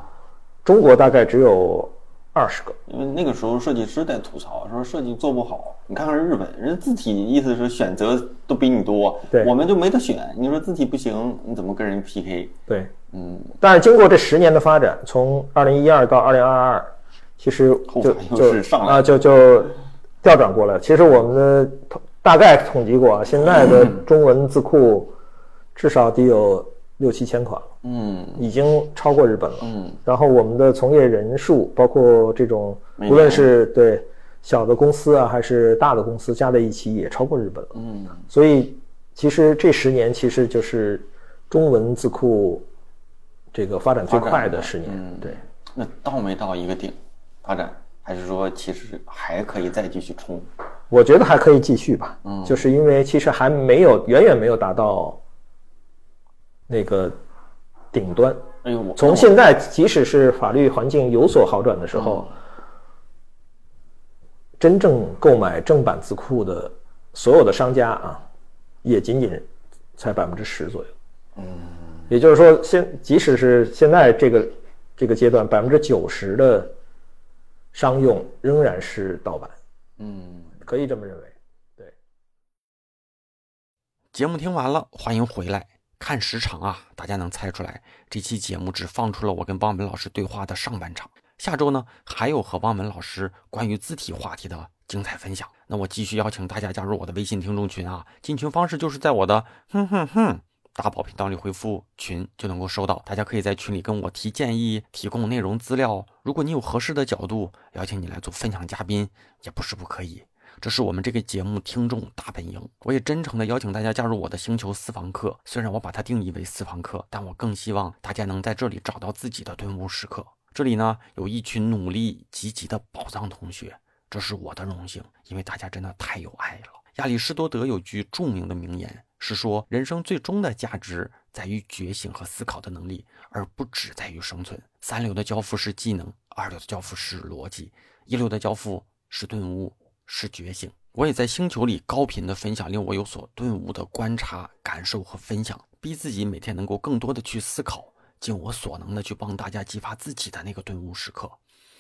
Speaker 2: 中国大概只有二十个。
Speaker 3: 因为那个时候设计师在吐槽说设计做不好，你看看日本人字体意思是选择都比你多，
Speaker 2: 对
Speaker 3: 我们就没得选。你说字体不行，你怎么跟人 PK？
Speaker 2: 对，
Speaker 3: 嗯，
Speaker 2: 但是经过这十年的发展，从二零一二到二零二二，其实
Speaker 3: 后
Speaker 2: 就
Speaker 3: 发优
Speaker 2: 就
Speaker 3: 势上来
Speaker 2: 啊、就就调转过来了。其实我们的统大概统计过啊，现在的
Speaker 3: 嗯
Speaker 2: 中文字库至少得有六七千款了，
Speaker 3: 嗯
Speaker 2: 已经超过日本了。
Speaker 3: 嗯
Speaker 2: 然后我们的从业人数，包括这种
Speaker 3: 每年
Speaker 2: 无论是对小的公司啊，还是大的公司加在一起，也超过日本了。
Speaker 3: 嗯，
Speaker 2: 所以其实这十年其实就是中文字库这个发展最
Speaker 3: 发展
Speaker 2: 快
Speaker 3: 的
Speaker 2: 的十年。
Speaker 3: 嗯
Speaker 2: 对，
Speaker 3: 那到没到一个顶发展，还是说其实还可以再继续冲？
Speaker 2: 我觉得还可以继续吧，
Speaker 3: 嗯
Speaker 2: 就是因为其实还没有远远没有达到那个顶端。
Speaker 3: 哎呦，我
Speaker 2: 从现在，即使是法律环境有所好转的时候，真正购买正版字库的所有的商家啊，也仅仅才百分之十左右。嗯，也就是说，现即使是现在这个这个阶段，百分之九十的商用仍然是盗版，
Speaker 3: 嗯。
Speaker 2: 可以这么认为。
Speaker 1: 节目听完了，欢迎回来。看时长啊，大家能猜出来，这期节目只放出了我跟汪文老师对话的上半场。下周呢，还有和汪文老师关于字体话题的精彩分享。那我继续邀请大家加入我的微信听众群啊，进群方式就是在我的 哼哼哼打宝频道里回复“群”就能够收到。大家可以在群里跟我提建议，提供内容资料。如果你有合适的角度，邀请你来做分享嘉宾，也不是不可以。这是我们这个节目听众大本营。我也真诚的邀请大家加入我的星球私房课，虽然我把它定义为私房课，但我更希望大家能在这里找到自己的顿悟时刻。这里呢，有一群努力积极的宝藏同学，这是我的荣幸，因为大家真的太有爱了。亚里士多德有句著名的名言是说，人生最终的价值在于觉醒和思考的能力，而不只在于生存。三流的交付是技能，二流的交付是逻辑，一流的交付是顿悟，是觉醒。我也在星球里高频的分享令我有所顿悟的观察、感受和分享，逼自己每天能够更多的去思考，尽我所能的去帮大家激发自己的那个顿悟时刻。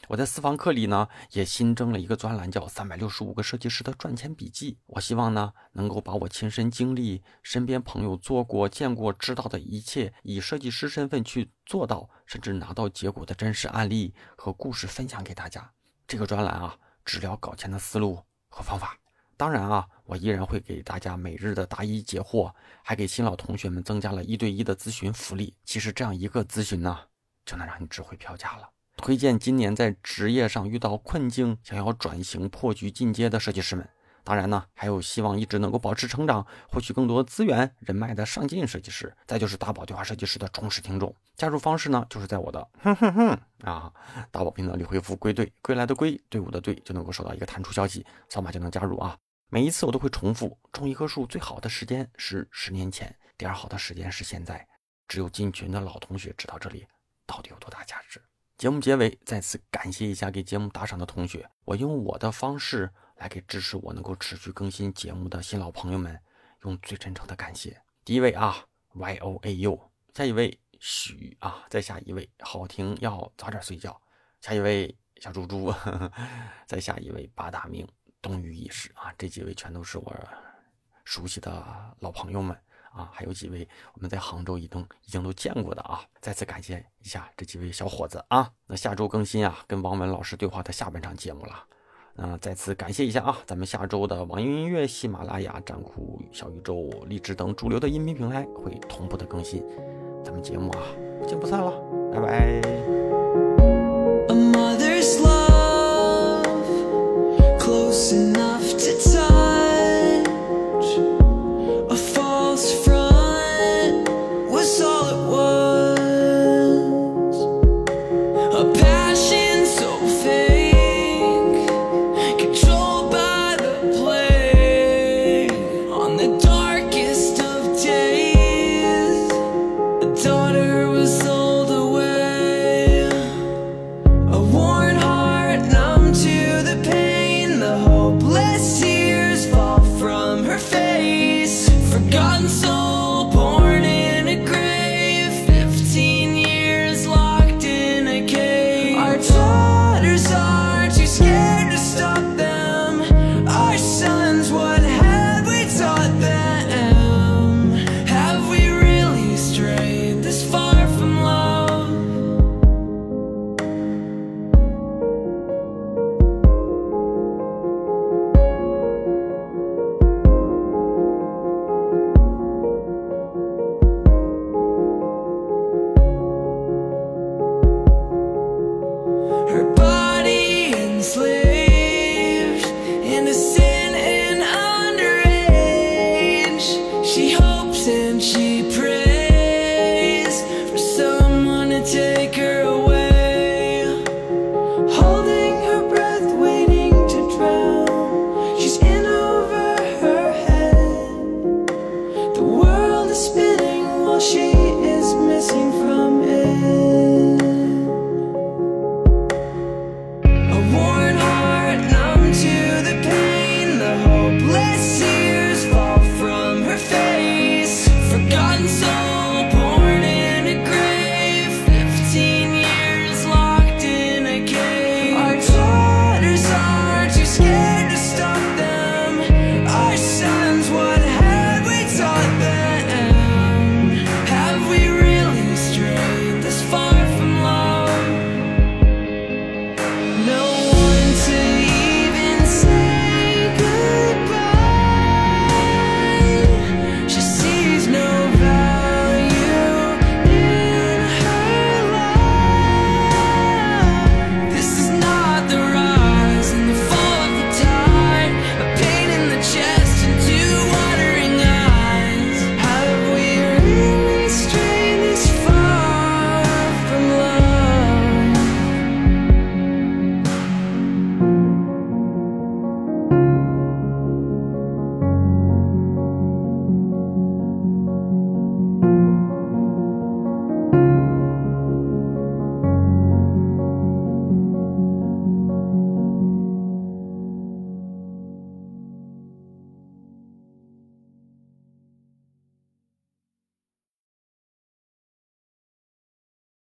Speaker 1: 我在私房课里呢，也新增了一个专栏，叫《三百六十五个设计师的赚钱笔记》。我希望呢，能够把我亲身经历、身边朋友做过、见过、知道的一切，以设计师身份去做到，甚至拿到结果的真实案例和故事分享给大家。这个专栏啊，只聊搞钱的思路和方法。当然啊，我依然会给大家每日的答疑解惑，还给新老同学们增加了一对一的咨询福利。其实这样一个咨询呢，就能让你值回票价了。推荐今年在职业上遇到困境、想要转型破局进阶的设计师们。当然呢，还有希望一直能够保持成长、获取更多资源、人脉的上进设计师。再就是大宝对话设计师的忠实听众。加入方式呢，就是在我的 哼哼哼啊大宝频道里回复“归队”，归来的归，队伍的队，就能够收到一个弹出消息，扫码就能加入啊。每一次我都会重复：种一棵树最好的时间是十年前，第二好的时间是现在。只有进群的老同学知道这里到底有多大价值。节目结尾，再次感谢一下给节目打赏的同学，我用我的方式来给支持我能够持续更新节目的新老朋友们，用最真诚的感谢。第一位啊，Y O A U，下一位许啊，再下一位好听要早点睡觉，下一位小猪猪，呵呵再下一位八大名东隅已逝啊，这几位全都是我熟悉的老朋友们。啊，还有几位我们在杭州已经已经都见过的啊，再次感谢一下这几位小伙子啊。那下周更新啊，跟王文老师对话的下半场节目了。嗯、再次感谢一下啊，咱们下周的网易音乐、喜马拉雅、站酷、小宇宙、荔枝等主流的音频平台会同步的更新，咱们节目啊不见不散了，拜拜。
Speaker 4: A mother's love, close enough.